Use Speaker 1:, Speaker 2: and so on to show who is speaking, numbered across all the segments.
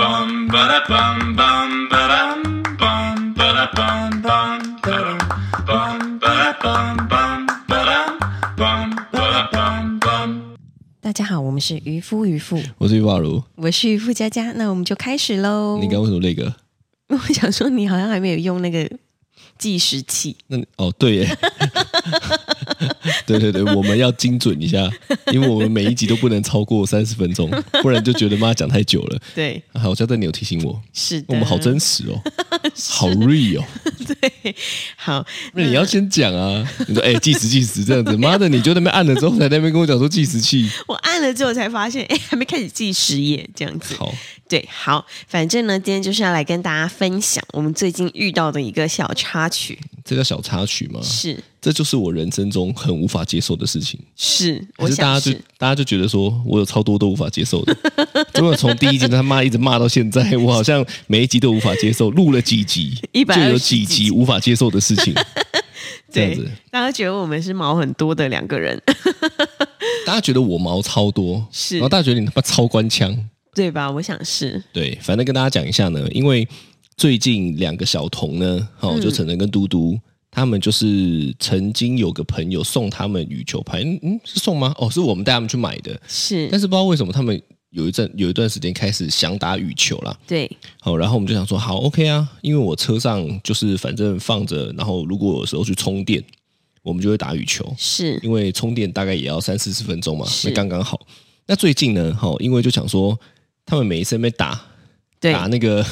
Speaker 1: bum ba da bum bum ba dum bum ba da bum bum ba dum bum ba da bum bum ba dum bum ba da bum bum.
Speaker 2: 大家好，我们是渔夫渔 妇，
Speaker 3: 我是玉霸如。
Speaker 2: 我是渔夫佳佳，那我们就开始喽。
Speaker 3: 你刚刚为什么那个？
Speaker 2: 我想说，你好像还没有用那个计时器，
Speaker 3: 那你哦，对耶， 对对对，我们要精准一下，因为我们每一集都不能超过三十分钟，不然就觉得妈讲太久了。
Speaker 2: 对，
Speaker 3: 啊好，加在你有提醒我，
Speaker 2: 是的，
Speaker 3: 我们好真实哦，好 real 哦。
Speaker 2: 对，好，
Speaker 3: 那你要先讲啊，你说哎，计时计时这样子，妈的，你就那边按了之后，才在那边跟我讲说计时器。
Speaker 2: 我按了之后才发现， 哎，还没开始计时耶，这样子。
Speaker 3: 好，
Speaker 2: 对，好，反正呢，今天就是要来跟大家分享我们最近遇到的一个小插曲，
Speaker 3: 这叫小插曲吗？
Speaker 2: 是
Speaker 3: 这就是我人生中很无法接受的事情。
Speaker 2: 是，
Speaker 3: 可
Speaker 2: 我
Speaker 3: 是大
Speaker 2: 想
Speaker 3: 家就大家就觉得说我有超多都无法接受的， 结果从第一集他妈一直骂到现在，我好像每一集都无法接受，录了几集
Speaker 2: 120
Speaker 3: 就有几集无法接受的事 情，这样
Speaker 2: 对
Speaker 3: 子，
Speaker 2: 大家觉得我们是毛很多的两个人，
Speaker 3: 大家觉得我毛超多，
Speaker 2: 是
Speaker 3: 然后大家觉得你他妈超官腔，
Speaker 2: 对吧？我想是，
Speaker 3: 对，反正跟大家讲一下呢，因为最近两个小童呢，哦，
Speaker 2: 嗯
Speaker 3: 就晨晨跟嘟嘟。他们就是曾经有个朋友送他们羽球拍，嗯嗯，是送吗？哦，是我们带他们去买的。但
Speaker 2: 是，
Speaker 3: 是不知道为什么他们有一阵有一段时间开始想打羽球啦。
Speaker 2: 对，
Speaker 3: 好，然后我们就想说，好，OK 啊，因为我车上就是反正放着，然后如果有时候去充电，我们就会打羽球，
Speaker 2: 是，
Speaker 3: 因为充电大概也要三四十分钟嘛，
Speaker 2: 是
Speaker 3: 那刚刚好。那最近呢，哈、因为就想说，他们每一次在那边打
Speaker 2: 对，
Speaker 3: 打那个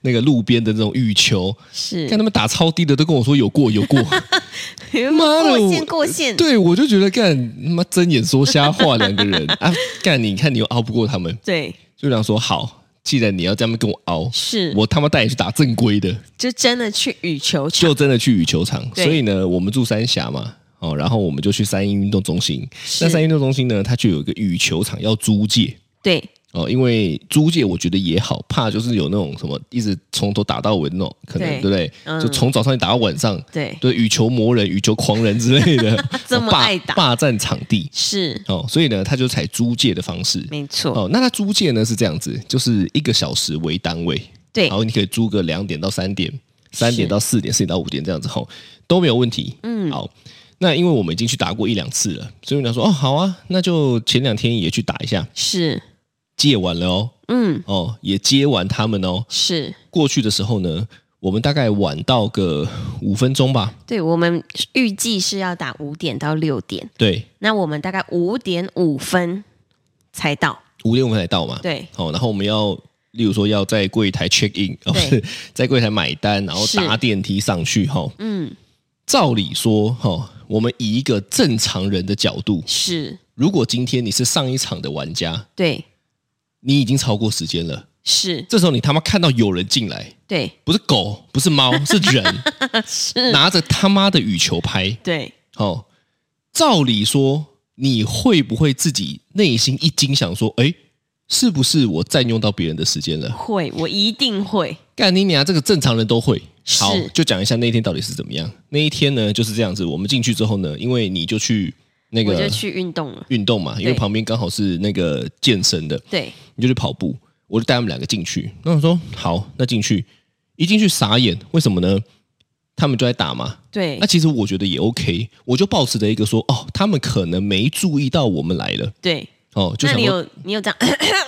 Speaker 3: 那个路边的那种羽球，
Speaker 2: 是
Speaker 3: 看，他们打超低的，都跟我说有 过有过，妈的
Speaker 2: 过线
Speaker 3: 我
Speaker 2: 过线，
Speaker 3: 对我就觉得干他妈睁眼说瞎话，两个人啊，干你看你又熬不过他们，
Speaker 2: 对，
Speaker 3: 就想说好，既然你要这样跟我熬，
Speaker 2: 是，
Speaker 3: 我他妈带你去打正 规的。
Speaker 2: 就真的去羽球场
Speaker 3: 就真的去羽球场。
Speaker 2: 对
Speaker 3: 所以呢，我们住三峡嘛，哦，然后我们就去三鹰运动中心。那三鹰运动中心呢，它就有一个羽球场要租借
Speaker 2: 对，
Speaker 3: 哦，因为租借我觉得也好，怕就是有那种什么一直从头打到尾那种，可能
Speaker 2: 对
Speaker 3: 对不对？
Speaker 2: 嗯
Speaker 3: 就从早上打到晚上，
Speaker 2: 对，
Speaker 3: 对羽球魔人、羽球狂人之 类的，
Speaker 2: 这么
Speaker 3: 哦霸
Speaker 2: 爱打
Speaker 3: 霸占场地
Speaker 2: 是
Speaker 3: 哦，所以呢，它就采租借的方式。
Speaker 2: 没错，
Speaker 3: 哦，那它租借呢是这样子，就是一个小时为单位，
Speaker 2: 对
Speaker 3: 然，后你可以租个两点到三点，三点到四点，四点到五点这样子吼都没有问题。嗯，好，那因为我们已经去打过一两次了，所以我们讲说哦好啊，那就前两天也去打一下，
Speaker 2: 是，
Speaker 3: 借完了哦，
Speaker 2: 嗯，
Speaker 3: 哦也接完他们哦。
Speaker 2: 是。
Speaker 3: 过去的时候呢，我们大概晚到个五分钟吧，
Speaker 2: 对我们预计是要打五点到六点，
Speaker 3: 对，
Speaker 2: 那我们大概五点五分才到。
Speaker 3: 五点五分才到嘛，，
Speaker 2: 对，
Speaker 3: 哦，然后我们要。例如说要在柜台 check in，哦，不
Speaker 2: 对
Speaker 3: 是 在柜台买单，然后
Speaker 2: 是
Speaker 3: 搭电梯上去，哈、
Speaker 2: 嗯，
Speaker 3: 照理说，哈、我们以一个正常人的角度，
Speaker 2: 是，
Speaker 3: 如果今天你是上一场的玩家，
Speaker 2: 对，
Speaker 3: 你已经超过时间了，
Speaker 2: 是，
Speaker 3: 这时候你他妈看到有人进来，
Speaker 2: 对，
Speaker 3: 不是狗，不是猫，是人，
Speaker 2: 是，
Speaker 3: 拿着他妈的羽球拍，
Speaker 2: 对，
Speaker 3: 哦，照理说你会不会自己内心一惊，想说，哎，是不是我占用到别人的时间了？
Speaker 2: 会，我一定会，
Speaker 3: 干你娘！这个正常人都会。
Speaker 2: 是
Speaker 3: 好，就讲一下那一天到底是怎么样。那一天呢，就是这样子。我们进去之后呢，因为你就去那
Speaker 2: 我就
Speaker 3: 个
Speaker 2: 去运动了。
Speaker 3: 运动嘛，因为
Speaker 2: 对
Speaker 3: 旁边刚好是那个健身的，
Speaker 2: 对，
Speaker 3: 你就去跑步，我就带他们两个进去。那我说好，那进去，一进去傻眼，为什么呢？他们就在打嘛。
Speaker 2: 对
Speaker 3: 那，其实我觉得也 OK，我就抱持着一个说，哦，他们可能没注意到我们来了，
Speaker 2: 对。
Speaker 3: 哦，就
Speaker 2: 那
Speaker 3: 想
Speaker 2: 你
Speaker 3: 说
Speaker 2: 有你有这样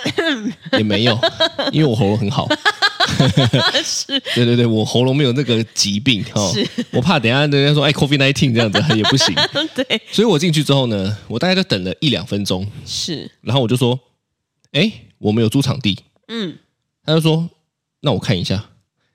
Speaker 3: 也没有，因为我喉咙很好。
Speaker 2: 是
Speaker 3: 对对对，我喉咙没有那个疾病哦，我怕等一下人家说哎 COVID nineteen 这样子也 不行，
Speaker 2: 对，
Speaker 3: 所以我进去之后呢，我大概就等了一两分钟，
Speaker 2: 是，
Speaker 3: 然后我就说，哎，我们有租场地，
Speaker 2: 嗯，
Speaker 3: 他就说：“那我看一下。”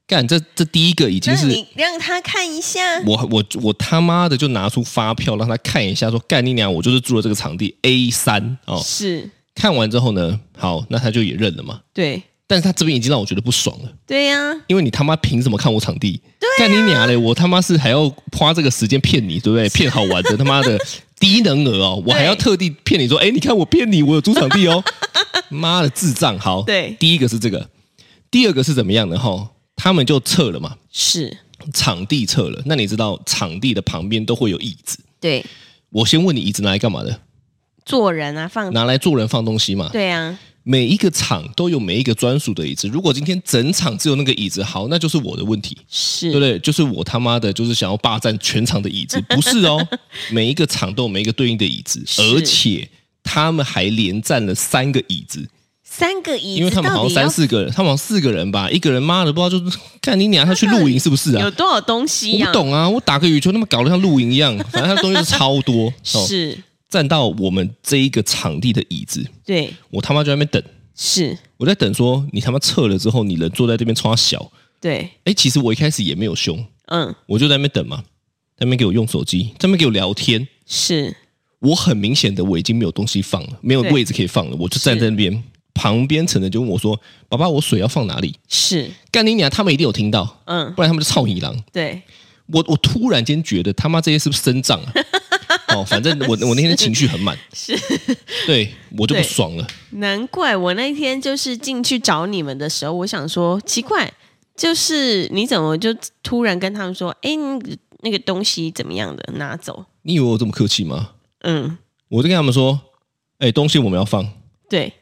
Speaker 3: 干，这这第一个已经
Speaker 2: 那
Speaker 3: 是
Speaker 2: 你让他看一下，
Speaker 3: 我我我他妈的就拿出发票让他看一下，说：“干你娘！我就是住了这个场地 A 三哦。
Speaker 2: 是”
Speaker 3: 看完之后呢，好，那他就也认了嘛。
Speaker 2: 对，
Speaker 3: 但是他这边已经让我觉得不爽了，
Speaker 2: 对呀、
Speaker 3: 因为你他妈凭什么看我场地？
Speaker 2: 啊
Speaker 3: 干你娘嘞！我他妈是还要花这个时间骗你，对不对？骗好玩的他妈的低能儿哦！我还要特地骗你说：“哎，你看我骗你，我有租场地哦。”妈的智障！好，
Speaker 2: 对
Speaker 3: 第一个是这个，第二个是怎么样的哈？他们就撤了嘛。
Speaker 2: 是，
Speaker 3: 场地撤了，那你知道场地的旁边都会有椅子。
Speaker 2: 对，
Speaker 3: 我先问你，椅子拿来干嘛的？
Speaker 2: 做人啊，放
Speaker 3: 拿来坐人放东西嘛？
Speaker 2: 对啊，
Speaker 3: 每一个场都有每一个专属的椅子。如果今天整场只有那个椅子，好，那就是我的问题，
Speaker 2: 是
Speaker 3: 对不对？就是我他妈的，就是想要霸占全场的椅 子，不是哦。每一个场都有每一个对应的椅子，
Speaker 2: 是
Speaker 3: 而且他们还连占了三个椅子，
Speaker 2: 三个椅子，
Speaker 3: 因为他们好像三四个人，他们好像四个人吧，一个人妈的不知道就是看你俩他去露营是不是
Speaker 2: 到底要有
Speaker 3: 啊？
Speaker 2: 多少东西
Speaker 3: 我
Speaker 2: 呀、
Speaker 3: 不懂啊，我打个羽球那么搞得像露营一样， 反正他的东西是超多，哦
Speaker 2: 是，
Speaker 3: 占到我们这一个场地的椅子，
Speaker 2: 对，
Speaker 3: 我他妈就在那边等，
Speaker 2: 是，
Speaker 3: 我在等说你他妈撤了之后，你人坐在这边冲他小，
Speaker 2: 对，
Speaker 3: 哎，其实我一开始也没有凶，
Speaker 2: 嗯，
Speaker 3: 我就在那边等嘛，在那边给我用手机，在那边给我聊天，
Speaker 2: 是
Speaker 3: 我很明显的我已经没有东西放了，没有
Speaker 2: 对
Speaker 3: 位置可以放了，我就站
Speaker 2: 是
Speaker 3: 在那边，旁边陈晨就问我说：“爸爸，我水要放哪里
Speaker 2: 是，？”
Speaker 3: 干你娘！他们一定有听到，
Speaker 2: 嗯，
Speaker 3: 不然他们就操你狼。
Speaker 2: 对，
Speaker 3: 我我突然间觉得他妈这些是不是生 障啊？哦，反正我我那天情绪很满，
Speaker 2: 是。
Speaker 3: 对我就不
Speaker 2: 对
Speaker 3: 爽了。
Speaker 2: 难怪我那天就是进去找你们的时候，我想说奇怪，就是你怎么就突然跟他们说，哎，你那个东西怎么样的拿走？
Speaker 3: 你以为我这么客气吗？
Speaker 2: 嗯，
Speaker 3: 我就跟他们说：“哎，东西我们要放，
Speaker 2: 对，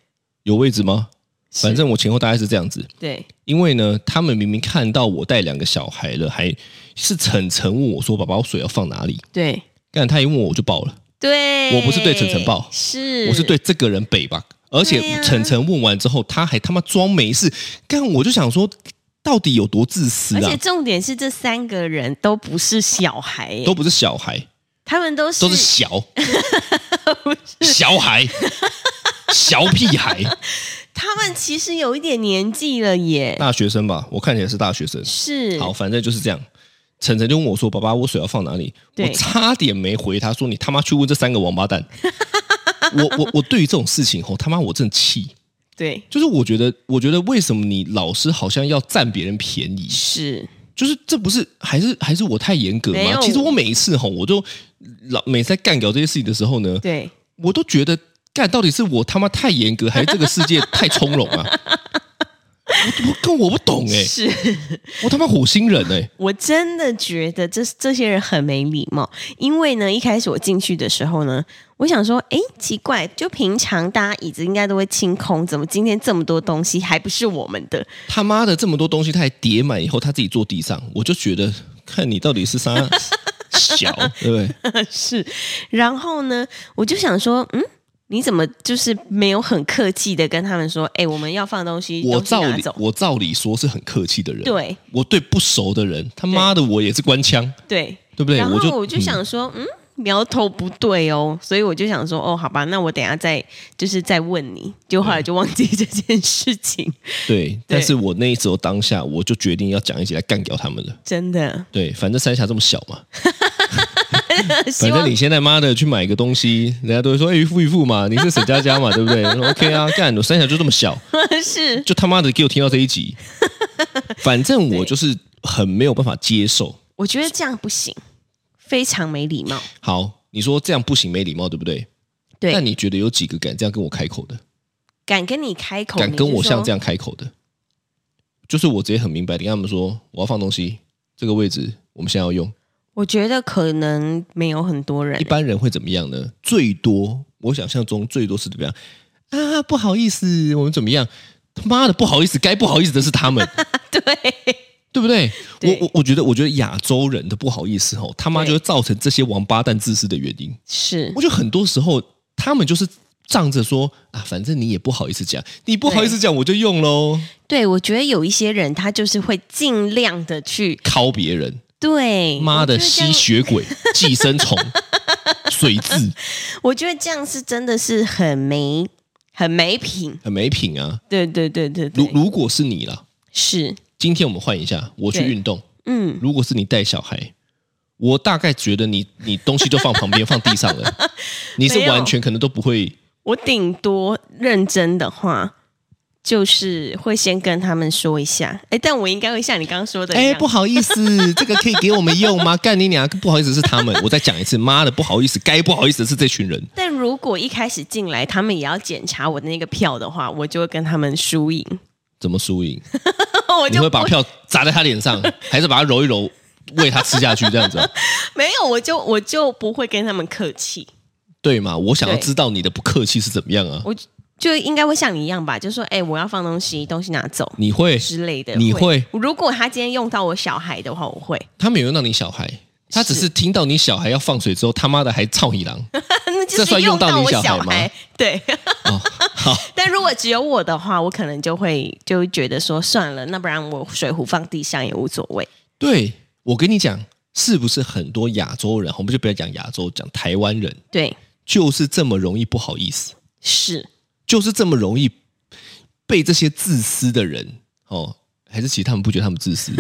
Speaker 3: 有位置吗？”
Speaker 2: 是
Speaker 3: 反正我前后大概是这样子。
Speaker 2: 对，
Speaker 3: 因为呢，他们明明看到我带两个小孩了，还是晨晨问我说：“爸爸，我水要放哪里
Speaker 2: 对，？”
Speaker 3: 干他一问我，我就爆了。
Speaker 2: 对，
Speaker 3: 我不是对晨晨爆
Speaker 2: 是
Speaker 3: 我是对这个人北吧。而
Speaker 2: 对
Speaker 3: 且
Speaker 2: 呀
Speaker 3: 晨晨问完之后，他还他妈装没事，干我就想说，到底有多自私
Speaker 2: 而
Speaker 3: 啊
Speaker 2: 且？重点是这三个人都不是小孩耶，
Speaker 3: 都不是小孩，
Speaker 2: 他们都是
Speaker 3: 都 是小小孩，小屁 孩，
Speaker 2: 他们其实有一点年纪了耶，
Speaker 3: 大学生吧？我看起来是大学生。
Speaker 2: 是
Speaker 3: 好，反正就是这样。晨晨就问我说：“爸爸，我水要放哪里？”
Speaker 2: 对
Speaker 3: 我差点没回他说：“你他妈去问这三个王八蛋！” 我我我对于这种事情吼，他妈我真的气。
Speaker 2: 对，
Speaker 3: 就是我觉得，我觉得为什么你老是好像要占别人便宜？
Speaker 2: 是
Speaker 3: 就是这不是还是还是我太严格
Speaker 2: 没
Speaker 3: 吗
Speaker 2: 有？
Speaker 3: 其实我每一次吼，我都老每次在干掉这些事情的时候呢，
Speaker 2: 对，
Speaker 3: 我都觉得干到底是我他妈太严格，还是这个世界太从容啊？ 我我跟我不懂哎、
Speaker 2: 是。
Speaker 3: 我他妈火星人哎、
Speaker 2: 我真的觉得这这些人很没礼貌，因为呢，一开始我进去的时候呢，我想说，诶，奇怪，就平常大家椅子应该都会清空，怎么今天这么多东西还不是我们的？
Speaker 3: 他妈的这么多东西，他还叠满以后，他自己坐地上，我就觉得看你到底是啥小，对 不对？
Speaker 2: 是，然后呢，我就想说，嗯，你怎么就是没有很客气的跟他们说，诶，我们要放东西，
Speaker 3: 我
Speaker 2: 东西
Speaker 3: 照
Speaker 2: 拿
Speaker 3: 理
Speaker 2: 走，
Speaker 3: 我照理说是很客气的人，
Speaker 2: 对
Speaker 3: 我对不熟的人，他妈的我也是官腔，
Speaker 2: 对，
Speaker 3: 对不对？
Speaker 2: 然
Speaker 3: 我
Speaker 2: 后
Speaker 3: 就
Speaker 2: 我就想说，嗯。苗头不对哦，所以我就想说，哦，好吧，那我等一下再就是再问你，就
Speaker 3: 嗯
Speaker 2: 后来就忘记这件事情。
Speaker 3: 对，但是我那时候当下我就决定要讲一集来干掉他们了。
Speaker 2: 真的，
Speaker 3: 对，反正三峡这么小嘛，
Speaker 2: 希
Speaker 3: 嗯反正
Speaker 2: 望
Speaker 3: 你现在妈的去买个东西，人家都会说哎一副一副嘛，你是沈佳佳嘛，对不对我说？OK 啊，干，我三峡就这么小，
Speaker 2: 是
Speaker 3: 就他妈的给我听到这 一集，反正我就是很没有办法接受。
Speaker 2: 我觉得这样不行，非常没礼貌。
Speaker 3: 好，你说这样不行，没礼貌，对不对？那
Speaker 2: 对，
Speaker 3: 你觉得有几个敢这样跟我开口的，
Speaker 2: 敢跟你开口，
Speaker 3: 敢跟我像这
Speaker 2: 样，
Speaker 3: 样开口的？就是我直接很明白的跟他们说，我要放东西，这个位置我们现在要用。
Speaker 2: 我觉得可能没有很多人
Speaker 3: 一。般人会怎么样呢？最多我想象中最多是怎么样啊？不好意思，我们怎么样？他妈的不好意思，该不好意思的是他 们，
Speaker 2: 对，
Speaker 3: 对不对？
Speaker 2: 对
Speaker 3: 我我我觉得，我觉得亚洲人的不好意思哦，他妈
Speaker 2: 对
Speaker 3: 就会造成这些王八蛋自私的原因。
Speaker 2: 是
Speaker 3: 我觉得很多时候他们就是仗着说啊，反正你也不好意思讲，你不好意思讲我就用喽，
Speaker 2: 对，我觉得有一些人他就是会尽量的去
Speaker 3: 敲别人，
Speaker 2: 对，
Speaker 3: 妈
Speaker 2: 我
Speaker 3: 的
Speaker 2: 觉得这
Speaker 3: 吸
Speaker 2: 样，
Speaker 3: 血鬼、寄 生虫、水蛭，
Speaker 2: 我觉得这样是真的是很没很没品。
Speaker 3: 很没品啊！
Speaker 2: 对对对对
Speaker 3: 如
Speaker 2: 对，
Speaker 3: 如果是你啦，
Speaker 2: 是
Speaker 3: 今天我们换一下，我去
Speaker 2: 对
Speaker 3: 运动。
Speaker 2: 嗯，
Speaker 3: 如果是你带小孩，我大概觉得你你东西就放旁边放地上 了，你是
Speaker 2: 没有
Speaker 3: 完全可能都不会。
Speaker 2: 我顶多认真的话。就是会先跟他们说一下，哎，但我应该会像你刚刚说的一
Speaker 3: 哎，
Speaker 2: 样，
Speaker 3: 不好意思， 这个可以给我们用吗？干你娘！不好意思，是他们。我再讲一次，妈的，不好意思，该不好意思的是这群人。
Speaker 2: 但如果一开始进来，他们也要检查我的那个票的话，我就会跟他们输赢，
Speaker 3: 怎么输赢？
Speaker 2: 我
Speaker 3: 你
Speaker 2: 就
Speaker 3: 会
Speaker 2: 不
Speaker 3: 把票砸在他脸上， 还是把他揉一揉，喂他吃下去这 样子啊？
Speaker 2: 没有，我就我就不会跟他们客气，
Speaker 3: 对嘛？我想要
Speaker 2: 对
Speaker 3: 知道你的不客气是怎么样啊？
Speaker 2: 我就应该会像你一样吧，就说哎、我要放东西，东西拿走
Speaker 3: 你会，
Speaker 2: 之类的。
Speaker 3: 你会？
Speaker 2: 如果他今天用到我小孩的话，我会。
Speaker 3: 他没有用到你小孩，他只是听到你小孩要放水之后，他妈的还操你狼。
Speaker 2: 那就
Speaker 3: 这
Speaker 2: 是
Speaker 3: 算用到
Speaker 2: 到
Speaker 3: 你
Speaker 2: 我
Speaker 3: 小孩吗
Speaker 2: 孩。对，
Speaker 3: 哦，好，
Speaker 2: 但如果只有我的话，我可能就会就会觉得说算了，那不然我水壶放地上也无所谓。
Speaker 3: 对我跟你讲，是不是很多亚洲人，我们就不要讲亚洲，讲台湾人，
Speaker 2: 对，
Speaker 3: 就是这么容易不好意思，
Speaker 2: 是
Speaker 3: 就是这么容易被这些自私的人哦，还是其实他们不觉得他们 自私，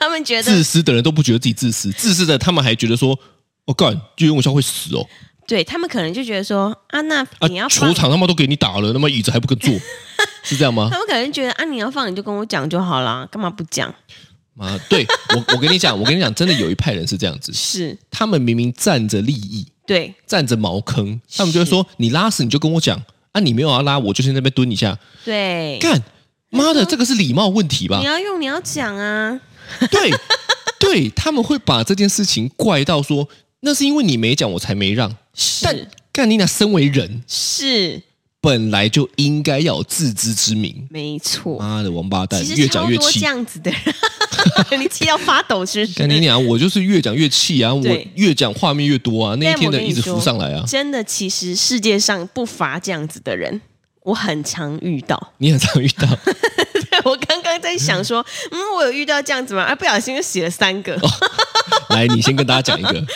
Speaker 2: 他们觉
Speaker 3: 自
Speaker 2: 得
Speaker 3: 私的人都不觉得自己自私，自私的他们还觉得说，我、哦、干，就用一下会死哦，
Speaker 2: 对他们可能就觉得说啊，那
Speaker 3: 啊
Speaker 2: 你要，放，
Speaker 3: 球场他妈都给你打了，那么椅子还不肯坐， 是这样吗
Speaker 2: 他？们可能觉得啊，你要放你就跟我讲就好啦，干嘛不讲？
Speaker 3: 啊，对我，我跟你讲，我跟你讲，真的有一派人是这样子，
Speaker 2: 是
Speaker 3: 他们明明占着利益，
Speaker 2: 对，
Speaker 3: 占着茅坑，他们就会说：“你拉屎你就跟我讲啊，你没有要拉，我就去那边蹲一下。
Speaker 2: 对”，嗯
Speaker 3: 干，妈的，这个是礼貌问题吧
Speaker 2: 你？要用你要讲啊，
Speaker 3: 对，对，他们会把这件事情怪到说，那是因为你没讲，我才没让。但
Speaker 2: 是
Speaker 3: 干你俩身为人，
Speaker 2: 是
Speaker 3: 本来就应该要有自知之明。
Speaker 2: 没错。
Speaker 3: 妈的，王八蛋
Speaker 2: 其，实
Speaker 3: 越
Speaker 2: 超
Speaker 3: 讲越
Speaker 2: 多
Speaker 3: 气
Speaker 2: 这。样子的人， 你气到发抖是不是？
Speaker 3: 干你俩，我就是越讲越气啊，我
Speaker 2: 对
Speaker 3: 越讲画面越多啊，那一
Speaker 2: 但
Speaker 3: 天
Speaker 2: 我
Speaker 3: 的
Speaker 2: 跟你
Speaker 3: 一直
Speaker 2: 说
Speaker 3: 浮上来啊。
Speaker 2: 真的，其实世界上不乏这样子的人，我很常遇到。
Speaker 3: 你很常遇到
Speaker 2: 对我刚刚在想说，嗯，我有遇到这样子吗？啊，不小心就写了三个。
Speaker 3: 来，你先跟大家讲一个，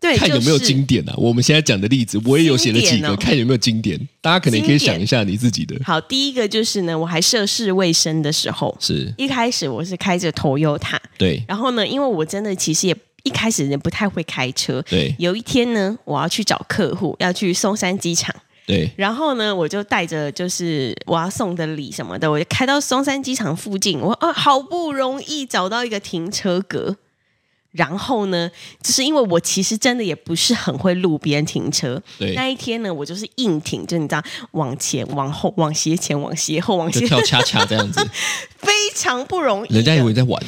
Speaker 2: 对，
Speaker 3: 哦看有没有
Speaker 2: 哎就是
Speaker 3: 经典啊？我们现在讲的例子，我也有写了几
Speaker 2: 经典
Speaker 3: 个，
Speaker 2: 哦
Speaker 3: 看有没有经典。大家可能也可以
Speaker 2: 经典
Speaker 3: 想一下你自己的，
Speaker 2: 好，第一个就是呢，我还涉世未深的时候，
Speaker 3: 是
Speaker 2: 一开始我是开着 Toyota，
Speaker 3: 对
Speaker 2: 然后呢，因为我真的其实也一开始也不太会开车。
Speaker 3: 对
Speaker 2: 有一天呢，我要去找客户，要去松山机场，
Speaker 3: 对
Speaker 2: 然后呢，我就带着就是我要送的礼什么的，我就开到松山机场附近，我啊好不容易找到一个停车格。然后呢，就是因为我其实真的也不是很会路边停车。那
Speaker 3: 对，
Speaker 2: 一天呢，我就是硬停，就你知道，往前、往后、往斜前、往斜后、往
Speaker 3: 就
Speaker 2: 斜，
Speaker 3: 跳恰恰 这样子，
Speaker 2: 非常不容易的。啊
Speaker 3: 人家以为在玩，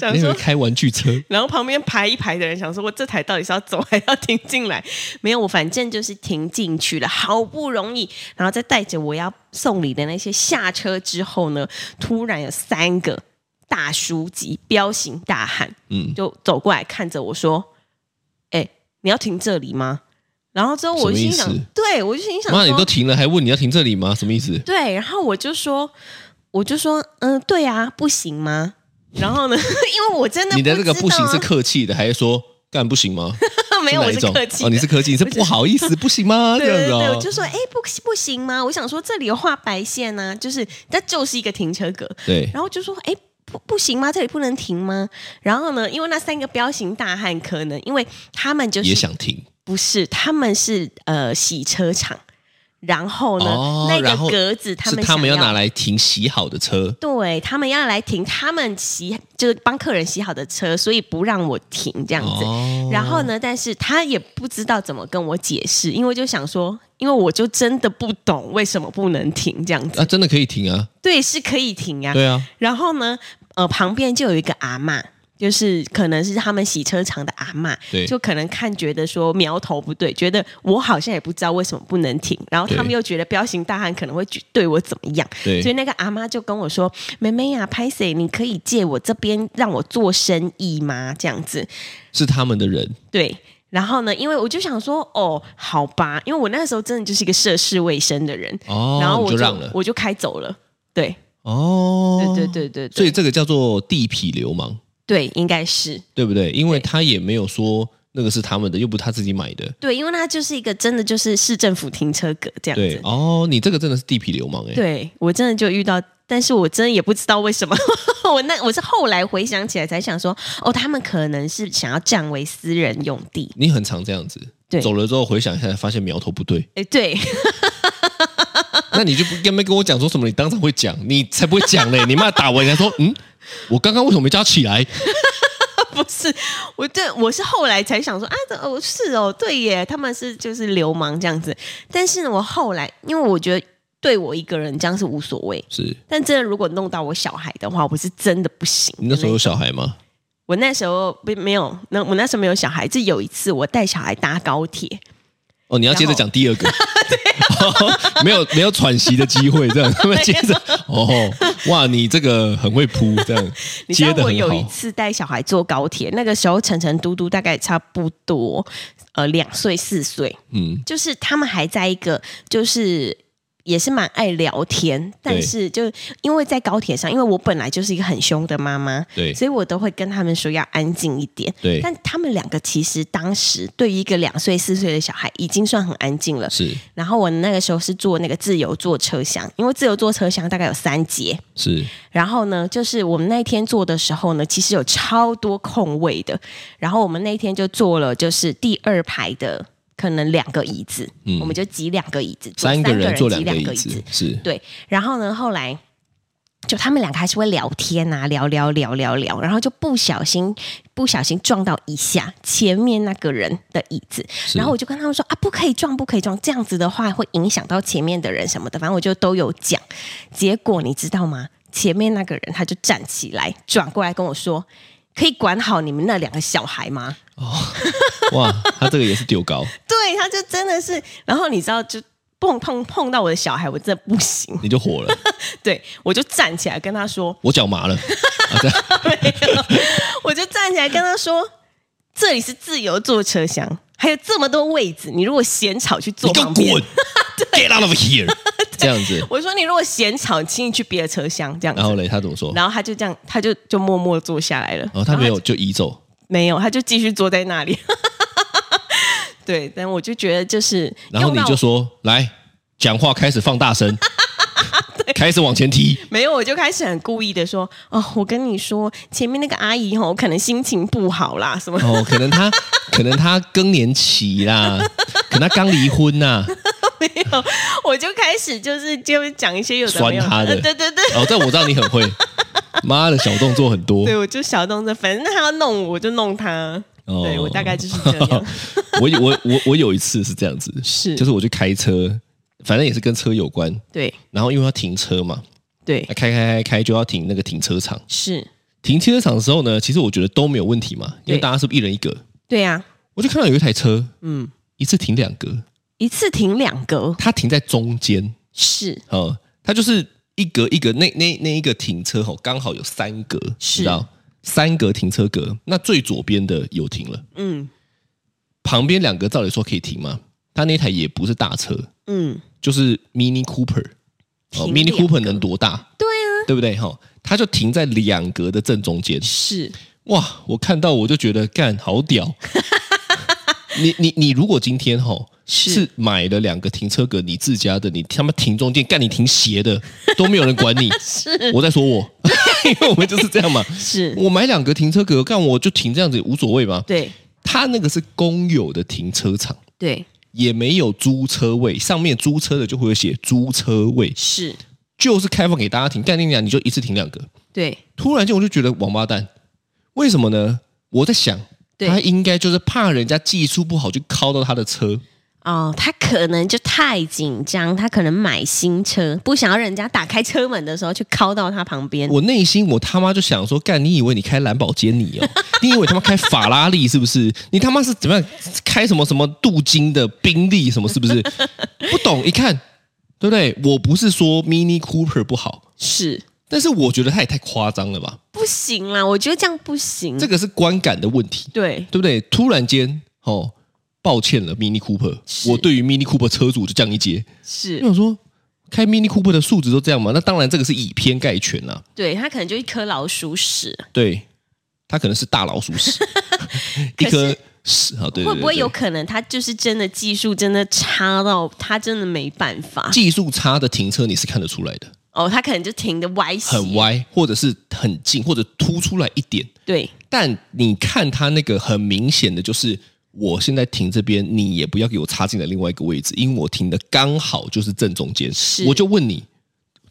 Speaker 2: 想
Speaker 3: 人家以为
Speaker 2: 说，
Speaker 3: 开玩具车，
Speaker 2: 然后旁边排一排的人想说，我这台到底是要走还要停进来？ 没有，我反正就是停进去了，好不容易，然后再带着我要送礼的那些下车之后呢，突然有三个大叔级彪形大汉
Speaker 3: 嗯，
Speaker 2: 就走过来看着我说：“哎、你要停这里吗？”然后之后我就心想
Speaker 3: 什么意思，
Speaker 2: 对我就心想说，
Speaker 3: 妈，你都停了还问你要停这里吗？什么意思？
Speaker 2: 对，然后我就说，我就说，嗯、对啊，不行吗？然后呢， 因为我真的
Speaker 3: 你的这个
Speaker 2: 知
Speaker 3: 不行
Speaker 2: 道
Speaker 3: 是
Speaker 2: 啊
Speaker 3: 客气的，还是说干不行吗？
Speaker 2: 没有，
Speaker 3: 哪
Speaker 2: 我
Speaker 3: 一
Speaker 2: 是
Speaker 3: 种
Speaker 2: 客气的、
Speaker 3: 哦，你是客气，你是不好意 思，不行吗？
Speaker 2: 对
Speaker 3: 这
Speaker 2: 对
Speaker 3: 样子
Speaker 2: 对，我
Speaker 3: 哦
Speaker 2: 就，说，哎，不不行吗？我想说这里有画白线呢、啊，就是那就是一个停车格，
Speaker 3: 对
Speaker 2: 然后就说，哎，不不行吗？这里不能停吗？然后呢，因为那三个彪形大汉，可能因为他们就是
Speaker 3: 也想停，
Speaker 2: 不是，他们是呃洗车场，然后呢，
Speaker 3: 哦
Speaker 2: 那
Speaker 3: 然后
Speaker 2: 个格子他
Speaker 3: 是
Speaker 2: 们
Speaker 3: 他们
Speaker 2: 想
Speaker 3: 要拿来停洗好的车，
Speaker 2: 对他们要来停，他们洗就是帮客人洗好的车，所以不让我停这样子。
Speaker 3: 哦
Speaker 2: 然后呢，但是他也不知道怎么跟我解释，因为就想说，因为我就真的不懂为什么不能停这样子。
Speaker 3: 啊，真的可以停啊，
Speaker 2: 对，是可以停啊。
Speaker 3: 对啊，
Speaker 2: 然后呢，呃，旁边就有一个阿嬷，就是可能是他们洗车场的阿嬷，
Speaker 3: 对
Speaker 2: 就可能看觉得说苗头不对，觉得我好像也不知道为什么不能停，然后他们
Speaker 3: 对
Speaker 2: 又觉得彪形大汉可能会觉对我怎么样，
Speaker 3: 对
Speaker 2: 所以那个阿妈就跟我说：“妹妹呀、拍谁？你可以借我这边让我做生意吗？”这样子，
Speaker 3: 是他们的人，
Speaker 2: 对。然后呢，因为我就想说，哦，好吧，因为我那时候真的就是一个涉世未深的人，
Speaker 3: 哦，
Speaker 2: 然后我
Speaker 3: 你就让了，
Speaker 2: 我就开走了。对，
Speaker 3: 哦，
Speaker 2: 对对对对对，
Speaker 3: 所以这个叫做地痞流氓，
Speaker 2: 对应该是
Speaker 3: 对不对？因为
Speaker 2: 对
Speaker 3: 他也没有说那个是他们的，又不是他自己买的。
Speaker 2: 对，因为它就是一个真的就是市政府停车格这样
Speaker 3: 对
Speaker 2: 子。
Speaker 3: 哦，你这个真的是地痞流氓哎、
Speaker 2: 对我真的就遇到，但是我真的也不知道为什么， 我那我是后来回想起来才想说，哦，他们可能是想要占为私人用地。
Speaker 3: 你很常这样子。
Speaker 2: 对，
Speaker 3: 走了之后回想一下，发现苗头不对
Speaker 2: 哎，对，
Speaker 3: 那你就不跟没跟我讲说什么？你当场会讲，你才不会讲嘞！你妈打我，人家说嗯，我刚刚为什么没叫他起来？
Speaker 2: 不是，我对我是后来才想说啊，这哦是哦，对耶，他们是就是流氓这样子。但是呢，我后来因为我觉得对我一个人这样是无所谓，
Speaker 3: 是
Speaker 2: 但真的如果弄到我小孩的话，我是真的不行。
Speaker 3: 你那时候有
Speaker 2: 小，
Speaker 3: 小孩吗？
Speaker 2: 我那时候不没有，那我那时候没有小孩，这有一次我带小孩搭高铁，
Speaker 3: 哦，你要接着讲第二个， 没有没有喘息的机会，这样他们接着哦，哇，你这个很会铺，这样
Speaker 2: 你知
Speaker 3: 接
Speaker 2: 道
Speaker 3: 的
Speaker 2: 我有
Speaker 3: 很
Speaker 2: 一
Speaker 3: 好，
Speaker 2: 次带小孩坐高铁，那个时候晨晨嘟嘟大概差不多呃两岁四岁，
Speaker 3: 嗯，
Speaker 2: 就是他们还在一个就是。也是蛮爱聊天，但是就因为在高铁上，因为我本来就是一个很凶的妈妈，
Speaker 3: 对
Speaker 2: 所以我都会跟他们说要安静一点。
Speaker 3: 对
Speaker 2: 但他们两个其实当时对于一个两岁四岁的小孩已经算很安静了。
Speaker 3: 是
Speaker 2: 然后我那个时候是坐那个自由坐车厢，因为自由坐车厢大概有三节，
Speaker 3: 是，
Speaker 2: 然后呢，就是我们那天坐的时候呢，其实有超多空位的。然后我们那天就坐了，就是第二排的可能两个椅子，
Speaker 3: 嗯
Speaker 2: 我们就挤两个椅子，坐
Speaker 3: 三个人坐两
Speaker 2: 挤
Speaker 3: 个
Speaker 2: 两
Speaker 3: 椅
Speaker 2: 个椅
Speaker 3: 子，是
Speaker 2: 对，然后呢，后来就他们两个还是会聊天啊，聊聊聊聊聊，然后就不小心不小心撞到一下前面那个人的椅子，然后我就跟他们说啊，不可以撞，不可以撞，这样子的话会影响到前面的人什么的，反正我就都有讲。结果你知道吗？前面那个人他就站起来，转过来跟我说。可以管好你们那两个小孩吗？
Speaker 3: 哇，他这个也是丢高，
Speaker 2: 对，他就真的是，然后你知道，就碰碰碰到我的小孩，我真的不行。
Speaker 3: 你就火了，
Speaker 2: 对我就站起来跟他说，
Speaker 3: 我脚麻了，啊这样
Speaker 2: 我就站起来跟他说：“这里是自由坐车厢，还有这么多位置，你如果嫌吵去 坐
Speaker 3: 你给我
Speaker 2: 旁边。
Speaker 3: 滚，Get out of here，这样子”，
Speaker 2: 我说：“你如果嫌吵，请你去别的车厢。”这样
Speaker 3: 然后
Speaker 2: 子，
Speaker 3: 嘞，他怎么说？
Speaker 2: 然后他就这样，他就就默默坐下来了。
Speaker 3: 然后他没
Speaker 2: 然后
Speaker 3: 有就移走，
Speaker 2: 他没有，他就继续坐在那里。 对，但我就觉得就是，
Speaker 3: 然后你
Speaker 2: 用到
Speaker 3: 就说来讲话开始放 大声，开始往前踢，
Speaker 2: 没有，我就开始很故意的说：“哦，我跟你说，前面那个阿姨哦，可能心情不好啦，什么
Speaker 3: 哦，可能他 可能他更年期啦，可能他刚离婚呐、
Speaker 2: 没有。”我就开始就是就讲一些有的没有
Speaker 3: 酸他的
Speaker 2: 呃对对对。
Speaker 3: 哦，这我知道你很会，妈的小动作很多
Speaker 2: 对，。我就小动作，反正他要弄我，我就弄他。
Speaker 3: 哦
Speaker 2: 对我大概就是这样。
Speaker 3: 我有我我我有一次是这样子，
Speaker 2: 是
Speaker 3: 就是我去开车，反正也是跟车有关，
Speaker 2: 对
Speaker 3: 然后因为要停车嘛，
Speaker 2: 对
Speaker 3: 开开开开就要停那个停车场。
Speaker 2: 是，
Speaker 3: 停停车场的时候呢，其实我觉得都没有问题嘛，因
Speaker 2: 对
Speaker 3: 为大家是不是一人一个，
Speaker 2: 对啊，
Speaker 3: 我就看到有一台车
Speaker 2: 嗯，
Speaker 3: 一次停两格，
Speaker 2: 一次停两格
Speaker 3: 它停在中间，
Speaker 2: 是
Speaker 3: 哦，它就是一格一格，那那那一个停车吼，刚好有三格，
Speaker 2: 是
Speaker 3: 你知道三格停车格，那最左边的有停了，
Speaker 2: 嗯
Speaker 3: 旁边两格照理说可以停吗？他那台也不是大车，
Speaker 2: 嗯，
Speaker 3: 就是 Mini Cooper，哦
Speaker 2: 停两
Speaker 3: ，Mini
Speaker 2: 格
Speaker 3: Cooper 能多大？
Speaker 2: 对啊，
Speaker 3: 对不对？哈，它就停在两格的正中间。
Speaker 2: 是
Speaker 3: 哇，我看到我就觉得干好 屌。你你你，如果今天吼
Speaker 2: 是
Speaker 3: 是买了两个停车格，你自家的，你他妈停中间，干你停斜的，都没有人管你。
Speaker 2: 是
Speaker 3: 我在说我，因为我们就是这样嘛。
Speaker 2: 是，
Speaker 3: 我买两个停车格，干我就停这样子也无所谓嘛。
Speaker 2: 对
Speaker 3: 他那个是公有的停车场，
Speaker 2: 对
Speaker 3: 也没有租车位，上面租车的就会有写租车位，
Speaker 2: 是，
Speaker 3: 就是开放给大家停。干你娘，你就一次停两个。
Speaker 2: 对
Speaker 3: 突然间我就觉得王八蛋，为什么呢？我在想，
Speaker 2: 对
Speaker 3: 他应该就是怕人家技术不好就敲到他的车，
Speaker 2: 哦，他可能就太紧张，他可能买新车，不想要人家打开车门的时候去敲到他旁边。
Speaker 3: 我内心我他妈就想说，干，你以为你开兰博基尼哦？ 你以为他妈开法拉利是不是？你他妈是怎么样开什么什么镀金的宾利什么是不是？ 不懂，一看，对不对？我不是说 Mini Cooper 不好，
Speaker 2: 是
Speaker 3: 但是我觉得他也太夸张了吧？
Speaker 2: 不行啦，我觉得这样不行。
Speaker 3: 这
Speaker 2: 个
Speaker 3: 个是观感的问题，
Speaker 2: 对
Speaker 3: 对不对？突然间，哦，抱歉了，Mini Cooper，
Speaker 2: 是
Speaker 3: 我对于 Mini Cooper 车主就降一阶，因
Speaker 2: 是
Speaker 3: 为，我说。开 Mini Cooper 的素质都这样嘛？那当然，这个是以偏概全啊啦、
Speaker 2: 对他可能就一颗老鼠屎。
Speaker 3: 对，它可能是大老鼠 屎，一
Speaker 2: 可是
Speaker 3: 颗屎啊，对对对
Speaker 2: 会不会
Speaker 3: 对
Speaker 2: 有可能他就是真的技术真的差到他真的没办法？
Speaker 3: 技术差的停车你是看得出来的，
Speaker 2: 哦，他可能就停的歪斜，
Speaker 3: 很。歪，或者是很近，或者凸出来一点。
Speaker 2: 对，
Speaker 3: 但你看它那个很明显的就是，我现在停这边，你也不要给我插进来另外一个位置，因为我停的刚好就是正中间
Speaker 2: 是。
Speaker 3: 我就问你，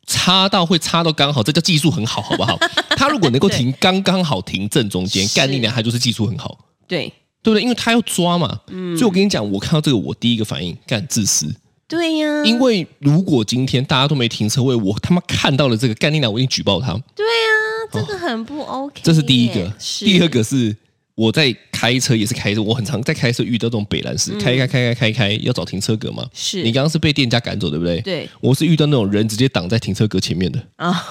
Speaker 3: 插到会插到刚好，这叫技术很好，好不好？他如果能够
Speaker 2: 对
Speaker 3: 停刚刚好停正中间，
Speaker 2: 是
Speaker 3: 干你娘，他就是技术很好。
Speaker 2: 对，
Speaker 3: 对不对？因为他要抓嘛，所以我跟你讲，我看到这个，我第一个反应干自私，
Speaker 2: 对呀、
Speaker 3: 因为如果今天大家都没停车位，我他妈看到了这个干你娘，我一定举报他。
Speaker 2: 对呀、真的很不 OK 耶。
Speaker 3: 这是第一个，
Speaker 2: 是
Speaker 3: 第二个是我在开车也是开车，我很常在开车遇到这种北兰式，开开开开开开，要找停车格嘛。
Speaker 2: 是
Speaker 3: 你刚刚是被店家赶走，对不对？
Speaker 2: 对
Speaker 3: 我是遇到那种人直接挡在停车格前面的，
Speaker 2: 啊、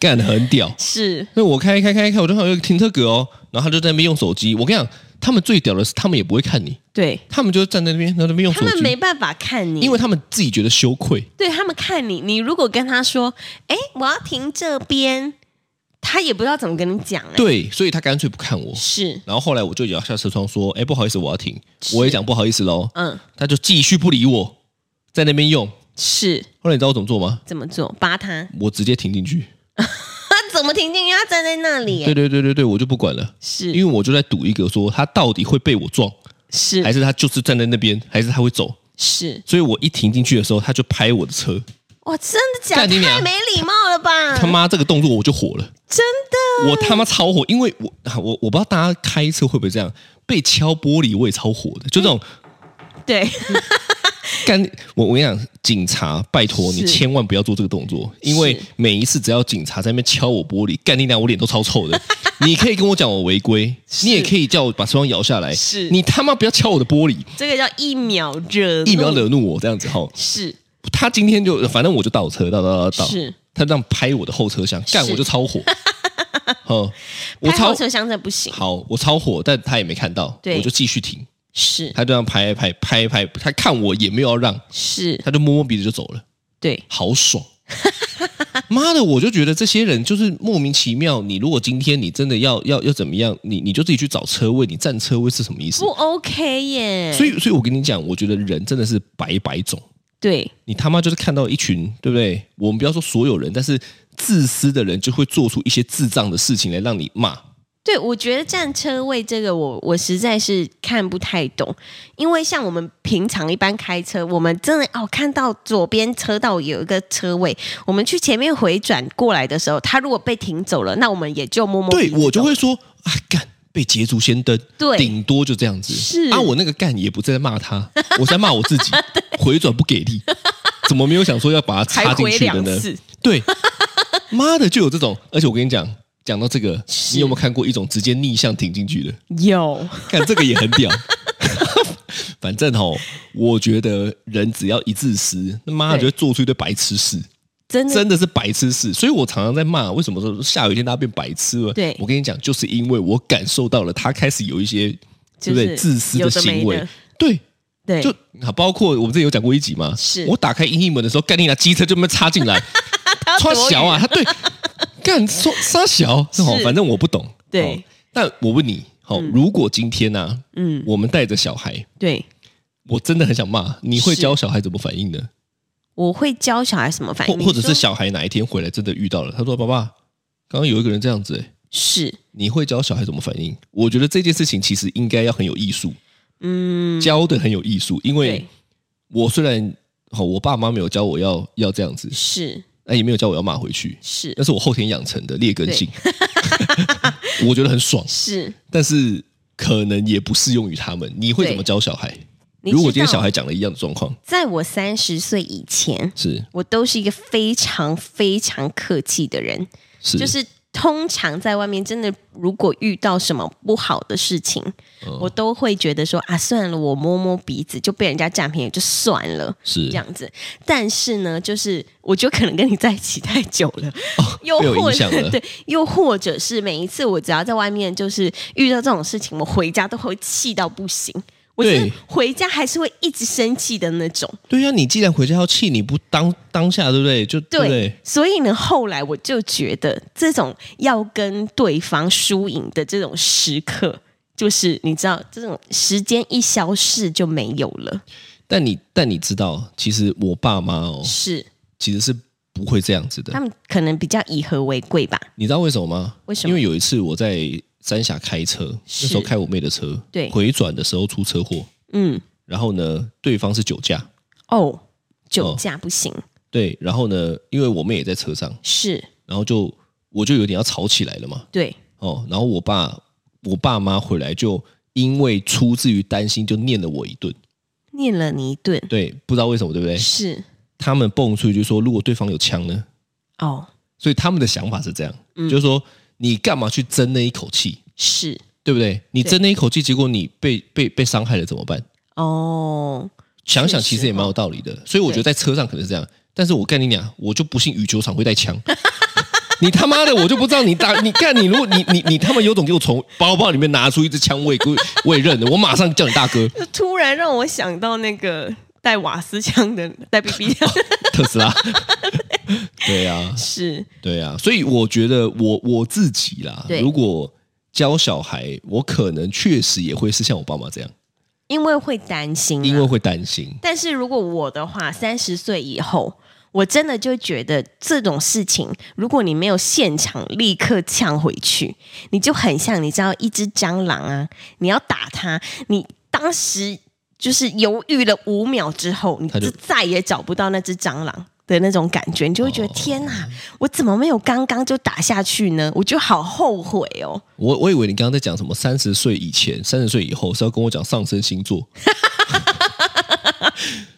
Speaker 3: 干得很屌。
Speaker 2: 是
Speaker 3: 所以我开开开开，我就看有一个停车格哦，然后他就在那边用手机。我跟你讲，他们最屌的是，他们也不会看你，
Speaker 2: 对，
Speaker 3: 他们就站在那边，然后在那边用
Speaker 2: 他
Speaker 3: 手
Speaker 2: 们没
Speaker 3: 机，
Speaker 2: 办法看你，
Speaker 3: 因为他们自己觉得羞愧。
Speaker 2: 对他们看你，你如果跟他说，哎，我要停这边，他也不知道怎么跟你讲、哎，
Speaker 3: 对，所以他干脆不看我。
Speaker 2: 是，
Speaker 3: 然后后来我就摇下车窗说：“哎，不好意思，我要停。”我也讲不好意思喽，
Speaker 2: 嗯，
Speaker 3: 他就继续不理我，在那边用。
Speaker 2: 是
Speaker 3: 后来你知道我怎么做吗？
Speaker 2: 怎么做？扒他，
Speaker 3: 我直接停进去。
Speaker 2: 他怎么停进去？他站在那里、哎
Speaker 3: 对对对对对，我就不管了，因为
Speaker 2: 是
Speaker 3: 我就在赌一个，说他到底会被我撞，还
Speaker 2: 是
Speaker 3: 是他就是站在那边，还是他会走。
Speaker 2: 是，
Speaker 3: 所以我一停进去的时候，他就拍我的车。
Speaker 2: 哇，真的假的？
Speaker 3: 干你娘
Speaker 2: 太没礼貌了吧！
Speaker 3: 他妈这个动作我就火了，
Speaker 2: 嗯真的
Speaker 3: 我他妈超火，因为我啊我我不知道大家开车会不会这样，被敲玻璃我也超火的，就这种
Speaker 2: 对，
Speaker 3: 干我我跟你讲，警察拜托你
Speaker 2: 是
Speaker 3: 千万不要做这个动作，因为每一次只要警察在那边敲我玻璃，干你娘我脸都超 臭的。你可以跟我讲我违规，你也可以叫我把车窗摇下来，
Speaker 2: 是
Speaker 3: 你他妈不要敲我的玻璃，
Speaker 2: 这个叫一秒热怒，
Speaker 3: 一秒惹怒我这样子哈。
Speaker 2: 是
Speaker 3: 他今天就反正我就倒车，倒倒倒倒，
Speaker 2: 是
Speaker 3: 他这样拍我的后车厢，干
Speaker 2: 是
Speaker 3: 我就 超火，哼，我
Speaker 2: 拍
Speaker 3: 超
Speaker 2: 后车厢这不行，
Speaker 3: 好，我超火，但他也没看到，
Speaker 2: 对
Speaker 3: 我就继续停，
Speaker 2: 是
Speaker 3: 他就这样拍拍拍拍，他看我也没有要让，
Speaker 2: 是，
Speaker 3: 他就摸摸鼻子就走了，
Speaker 2: 对，
Speaker 3: 好爽。 妈的，我就觉得这些人就是莫名其妙。你如果今天你真的要要要怎么样，你你就自己去找车位，你占车位是什么意思
Speaker 2: 不？OK 耶，
Speaker 3: 所以，所以我跟你讲，我觉得人真的是百百种。
Speaker 2: 对
Speaker 3: 你他妈就是看到一群，对不对？我们不要说所有人，但是自私的人就会做出一些智障的事情来让你骂。
Speaker 2: 对，我觉得占车位这个我，我实在是看不太懂，因为像我们平常一般开车，我们真的哦看到左边车道有一个车位，我们去前面回转过来的时候，他如果被停走了，那我们也就默默
Speaker 3: 对
Speaker 2: 地
Speaker 3: 我就
Speaker 2: 走
Speaker 3: 会说啊，干被捷足先登，
Speaker 2: 对
Speaker 3: 顶多就这样子。
Speaker 2: 是
Speaker 3: 啊，我那个干也不是在骂他， 我在骂我 自己，回转不给力，怎么没有想说要把它插
Speaker 2: 还
Speaker 3: 进
Speaker 2: 回
Speaker 3: 去的
Speaker 2: 两
Speaker 3: 呢？
Speaker 2: 次，
Speaker 3: 对，妈的就有这种，而且我跟你讲。讲到这个，
Speaker 2: 是
Speaker 3: 你有没有看过一种直接逆向挺进去的？
Speaker 2: 有
Speaker 3: 看这个也很屌。 反正哦，我觉得人只要一自私，他妈的就
Speaker 2: 对
Speaker 3: 会做出一堆白痴事。
Speaker 2: 真的
Speaker 3: 真的是白痴事，所以我常常在骂，为什么说下雨天大家变白痴了？
Speaker 2: 对
Speaker 3: 我跟你讲，就是因为我感受到了他开始有一些，对
Speaker 2: 就
Speaker 3: 不对？
Speaker 2: 是
Speaker 3: 自私
Speaker 2: 有的
Speaker 3: 行
Speaker 2: 没
Speaker 3: 为
Speaker 2: 的，
Speaker 3: 对，
Speaker 2: 对，
Speaker 3: 就啊包括我们之前有讲过一集嘛，
Speaker 2: 是
Speaker 3: 我打开阴影门的时候，干你拿机车就那么插进来，
Speaker 2: 他
Speaker 3: 穿
Speaker 2: 躲
Speaker 3: 小啊，
Speaker 2: 雨，
Speaker 3: 他对，干说杀小， 哦，反正我不懂，
Speaker 2: 对
Speaker 3: 哦但我问你，好、如果今天呢、啊，
Speaker 2: 嗯，
Speaker 3: 我们带着小孩，
Speaker 2: 对，
Speaker 3: 我真的很想骂，你会
Speaker 2: 是
Speaker 3: 教小孩怎么反应的？
Speaker 2: 我会教小孩什么反
Speaker 3: 或
Speaker 2: 应，
Speaker 3: 或者是
Speaker 2: 哎你说
Speaker 3: 小孩哪一天回来真的遇到了，他说：“爸爸，刚刚有一个人这样子、欸，
Speaker 2: 是
Speaker 3: 你会教小孩怎么反应？”我觉得这件事情其实应该要很有艺术，
Speaker 2: 嗯，
Speaker 3: 教的很有艺术。因为
Speaker 2: 对
Speaker 3: 我虽然好、我爸妈没有教我要要这样子，哎
Speaker 2: 是
Speaker 3: 那也没有教我要骂回去，
Speaker 2: 是
Speaker 3: 那是我后天养成的劣根性， 我觉得很爽，
Speaker 2: 是，
Speaker 3: 但是可能也不适用于他们。你会怎么
Speaker 2: 对
Speaker 3: 教小孩？
Speaker 2: 你
Speaker 3: 如果
Speaker 2: 知
Speaker 3: 今天
Speaker 2: 道
Speaker 3: 小孩讲了一样的状况，
Speaker 2: 在我三十岁以前，
Speaker 3: 是
Speaker 2: 我都是一个非常非常客气的人，
Speaker 3: 是
Speaker 2: 就是通常在外面真的如果遇到什么不好的事情，
Speaker 3: 嗯
Speaker 2: 我都会觉得说啊，算了，我摸摸鼻子就被人家占便宜就算了。
Speaker 3: 是
Speaker 2: 这样子，但是呢，就是我就可能跟你在一起太久了，又
Speaker 3: 哦被我
Speaker 2: 或
Speaker 3: 影响
Speaker 2: 者
Speaker 3: 了
Speaker 2: 对，又或者是每一次我只要在外面就是遇到这种事情，我回家都会气到不行，我
Speaker 3: 对
Speaker 2: 是回家还是会一直生气的那种。
Speaker 3: 对呀、你既然回家要气，你不当当下对不对？就对
Speaker 2: 对，
Speaker 3: 不对？
Speaker 2: 所以呢，后来我就觉得这种要跟对方输赢的这种时刻，就是你知道，这种时间一消逝就没有了。
Speaker 3: 但你但你知道，其实我爸妈哦，
Speaker 2: 是，
Speaker 3: 其实是不会这样子
Speaker 2: 他
Speaker 3: 的。
Speaker 2: 们可能比较以和为贵吧？
Speaker 3: 你知道为什么吗？
Speaker 2: 为什么
Speaker 3: 因为有一次我在三峡开车，那时候开我妹的车，
Speaker 2: 对
Speaker 3: 回转的时候出车祸，
Speaker 2: 嗯，
Speaker 3: 然后呢，对方是酒驾，
Speaker 2: 哦，酒驾不行，
Speaker 3: 对，然后呢，因为我妹也在车上，
Speaker 2: 是
Speaker 3: 然后就我就有点要吵起来了嘛，
Speaker 2: 对，
Speaker 3: 哦，然后我爸我爸妈回来就因为出自于担心，就念了我一顿，
Speaker 2: 念了你一顿，
Speaker 3: 对，不知道为什么，对不对？
Speaker 2: 是
Speaker 3: 他们蹦出一句说，如果对方有枪呢？
Speaker 2: 哦，嗯
Speaker 3: 所以他们的想法是这样，就是说你干嘛去争那一口气？
Speaker 2: 是
Speaker 3: 对不对？你
Speaker 2: 对
Speaker 3: 争那一口气，结果你被被被伤害了怎么办？
Speaker 2: 哦，
Speaker 3: 想想
Speaker 2: 确实啊
Speaker 3: 其实也蛮有道理的。所以我觉得在车上可能是这样，但是我干你俩，我就不信羽球场会带枪。 你他妈的，我就不知道你打你干你，如果你你你他妈有种给我从包包里面拿出一支枪，我也给我我也认了，我马上叫你大哥。
Speaker 2: 就突然让我想到那个带瓦斯枪的，带 BB 枪
Speaker 3: 特 斯拉。对啊，
Speaker 2: 是
Speaker 3: 对啊，所以我觉得我我自己啦
Speaker 2: 对，
Speaker 3: 如果教小孩，我可能确实也会是像我爸妈这样，
Speaker 2: 因为会担心啊，
Speaker 3: 因为会担心。
Speaker 2: 但是如果我的话，三十岁以后，我真的就觉得这种事情，如果你没有现场立刻呛回去，你就很像你知道一只蟑螂啊，你要打它，你当时就是犹豫了五秒之后，你
Speaker 3: 它就
Speaker 2: 就再也找不到那只蟑螂。的那种感觉，你就会
Speaker 3: 哦
Speaker 2: 觉得、天哪，我怎么没有刚刚就打下去呢？我就好后悔哦。
Speaker 3: 我我以为你刚刚在讲什么三十岁以前、三十岁以后是要跟我讲上升星座。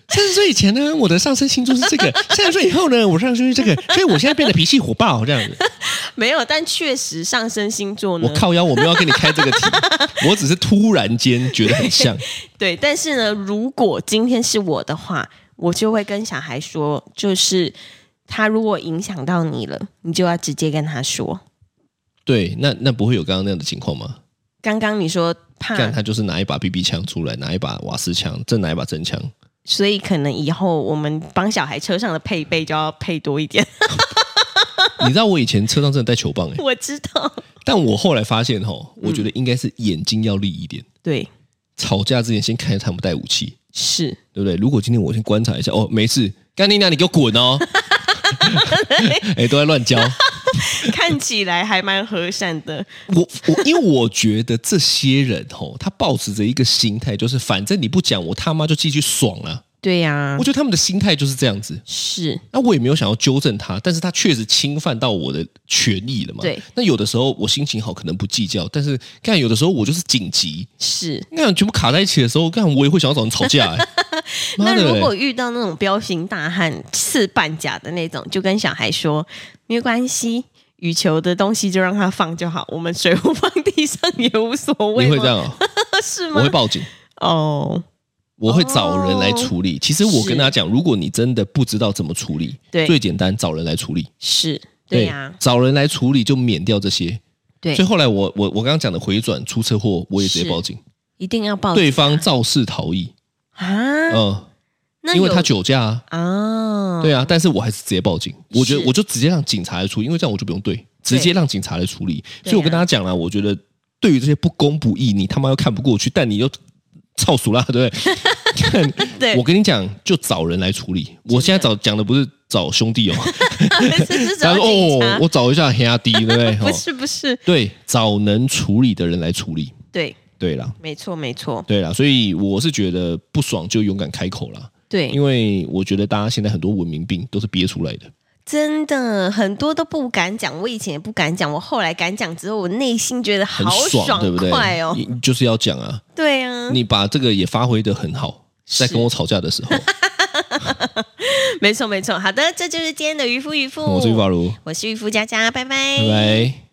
Speaker 3: 三十岁以前呢，我的上升星座是这个；三十岁以后呢，我上升是这个，所以我现在变得脾气火爆这样子。
Speaker 2: 没有，但确实上升星座呢，
Speaker 3: 我靠腰，我没有要跟你开这个题，我只是突然间觉得很像。
Speaker 2: 对，但是呢，如果今天是我的话，我就会跟小孩说，就是他如果影响到你了，你就要直接跟他说。
Speaker 3: 对，那那不会有刚刚那样的情况吗？
Speaker 2: 刚刚你说
Speaker 3: 干
Speaker 2: 怕，
Speaker 3: 他就是拿一把 BB 枪出来，拿一把瓦斯枪，再拿一把真枪。
Speaker 2: 所以可能以后我们帮小孩车上的配备就要配多一点。
Speaker 3: 你知道我以前车上真的带球棒哎、
Speaker 2: 我知道，
Speaker 3: 但我后来发现吼，我觉得应该是眼睛要利一点。
Speaker 2: 对，
Speaker 3: 吵架之前先看一下他们带武器，
Speaker 2: 是
Speaker 3: 对不对？如果今天我先观察一下，哦，没事，干你娘，你给我滚哦！哎、都在乱教
Speaker 2: 看起来还蛮和善的。
Speaker 3: 我我，因为我觉得这些人吼，他抱持着一个心态，就是反正你不讲，我他妈就继续爽了、
Speaker 2: 对呀、
Speaker 3: 我觉得他们的心态就是这样子。
Speaker 2: 是
Speaker 3: 那我也没有想要纠正他，但是他确实侵犯到我的权益了嘛。
Speaker 2: 对，
Speaker 3: 那有的时候我心情好，可能不计较，但是看有的时候我就是紧急，
Speaker 2: 是。
Speaker 3: 那全部卡在一起的时候，看我也会想要找人吵 架、欸。妈
Speaker 2: 那
Speaker 3: 的
Speaker 2: 如果
Speaker 3: 嘞，
Speaker 2: 遇到那种彪形大汉、刺半甲的那种，就跟小孩说没有关系，羽球的东西就让他放就好，我们水壶放地上也无所谓
Speaker 3: 你
Speaker 2: 吗。
Speaker 3: 会这样、哦？
Speaker 2: 是
Speaker 3: 我
Speaker 2: 吗
Speaker 3: 会？ 报警，
Speaker 2: 哦，
Speaker 3: 我会找人来处理。其实我跟他讲，如果你真的不知道怎么处理，
Speaker 2: 对
Speaker 3: 最简单找人来处理。
Speaker 2: 是，对呀、
Speaker 3: 找人来处理就免掉这些。
Speaker 2: 对
Speaker 3: 所以后来我我我刚刚讲的回转出车祸，我也直接
Speaker 2: 是哦啊
Speaker 3: 报警，
Speaker 2: 一定要报警
Speaker 3: 对方肇事逃逸，
Speaker 2: 啊
Speaker 3: 嗯、。
Speaker 2: 那
Speaker 3: 因为
Speaker 2: 有
Speaker 3: 他酒驾啊。
Speaker 2: 啊，
Speaker 3: 对啊，但是我还是直接报警。我觉得
Speaker 2: 是
Speaker 3: 我就直接让警察来处理，因为这样我就不用对，直接让警察来处理。所以我跟
Speaker 2: 啊
Speaker 3: 大家讲了，我觉得对于这些不公不义，你他妈又看不过去，但你又操俗啦，对不 对？
Speaker 2: 对
Speaker 3: 我跟你讲，就找人来处理。我现在找讲的不是找兄弟哦，
Speaker 2: 这 是
Speaker 3: 他
Speaker 2: 找
Speaker 3: 说
Speaker 2: 警
Speaker 3: 哦
Speaker 2: 察，，
Speaker 3: 我找一下黑阿弟，对不 对？
Speaker 2: 不
Speaker 3: 哦，
Speaker 2: 是不是，
Speaker 3: 对，找能处理的人来处理。
Speaker 2: 对，
Speaker 3: 对啦，
Speaker 2: 没错没错，
Speaker 3: 对啦，所以我是觉得不爽就勇敢开口啦，
Speaker 2: 对
Speaker 3: 因，为我觉得大家现在很多文明病都是憋出来的。
Speaker 2: 真的很多都不敢讲，我以前也不敢讲，我后来敢讲之后，我内心觉得好
Speaker 3: 很爽，对不对？
Speaker 2: 快哦，
Speaker 3: 你就是要讲啊，
Speaker 2: 对啊，
Speaker 3: 你把这个也发挥的很好，在
Speaker 2: 是
Speaker 3: 跟我吵架 的时候，
Speaker 2: 没错没错，好的，这就是今天的渔夫渔夫，
Speaker 3: 我是玉发如，
Speaker 2: 哦我是渔夫佳佳，拜拜，
Speaker 3: 拜拜。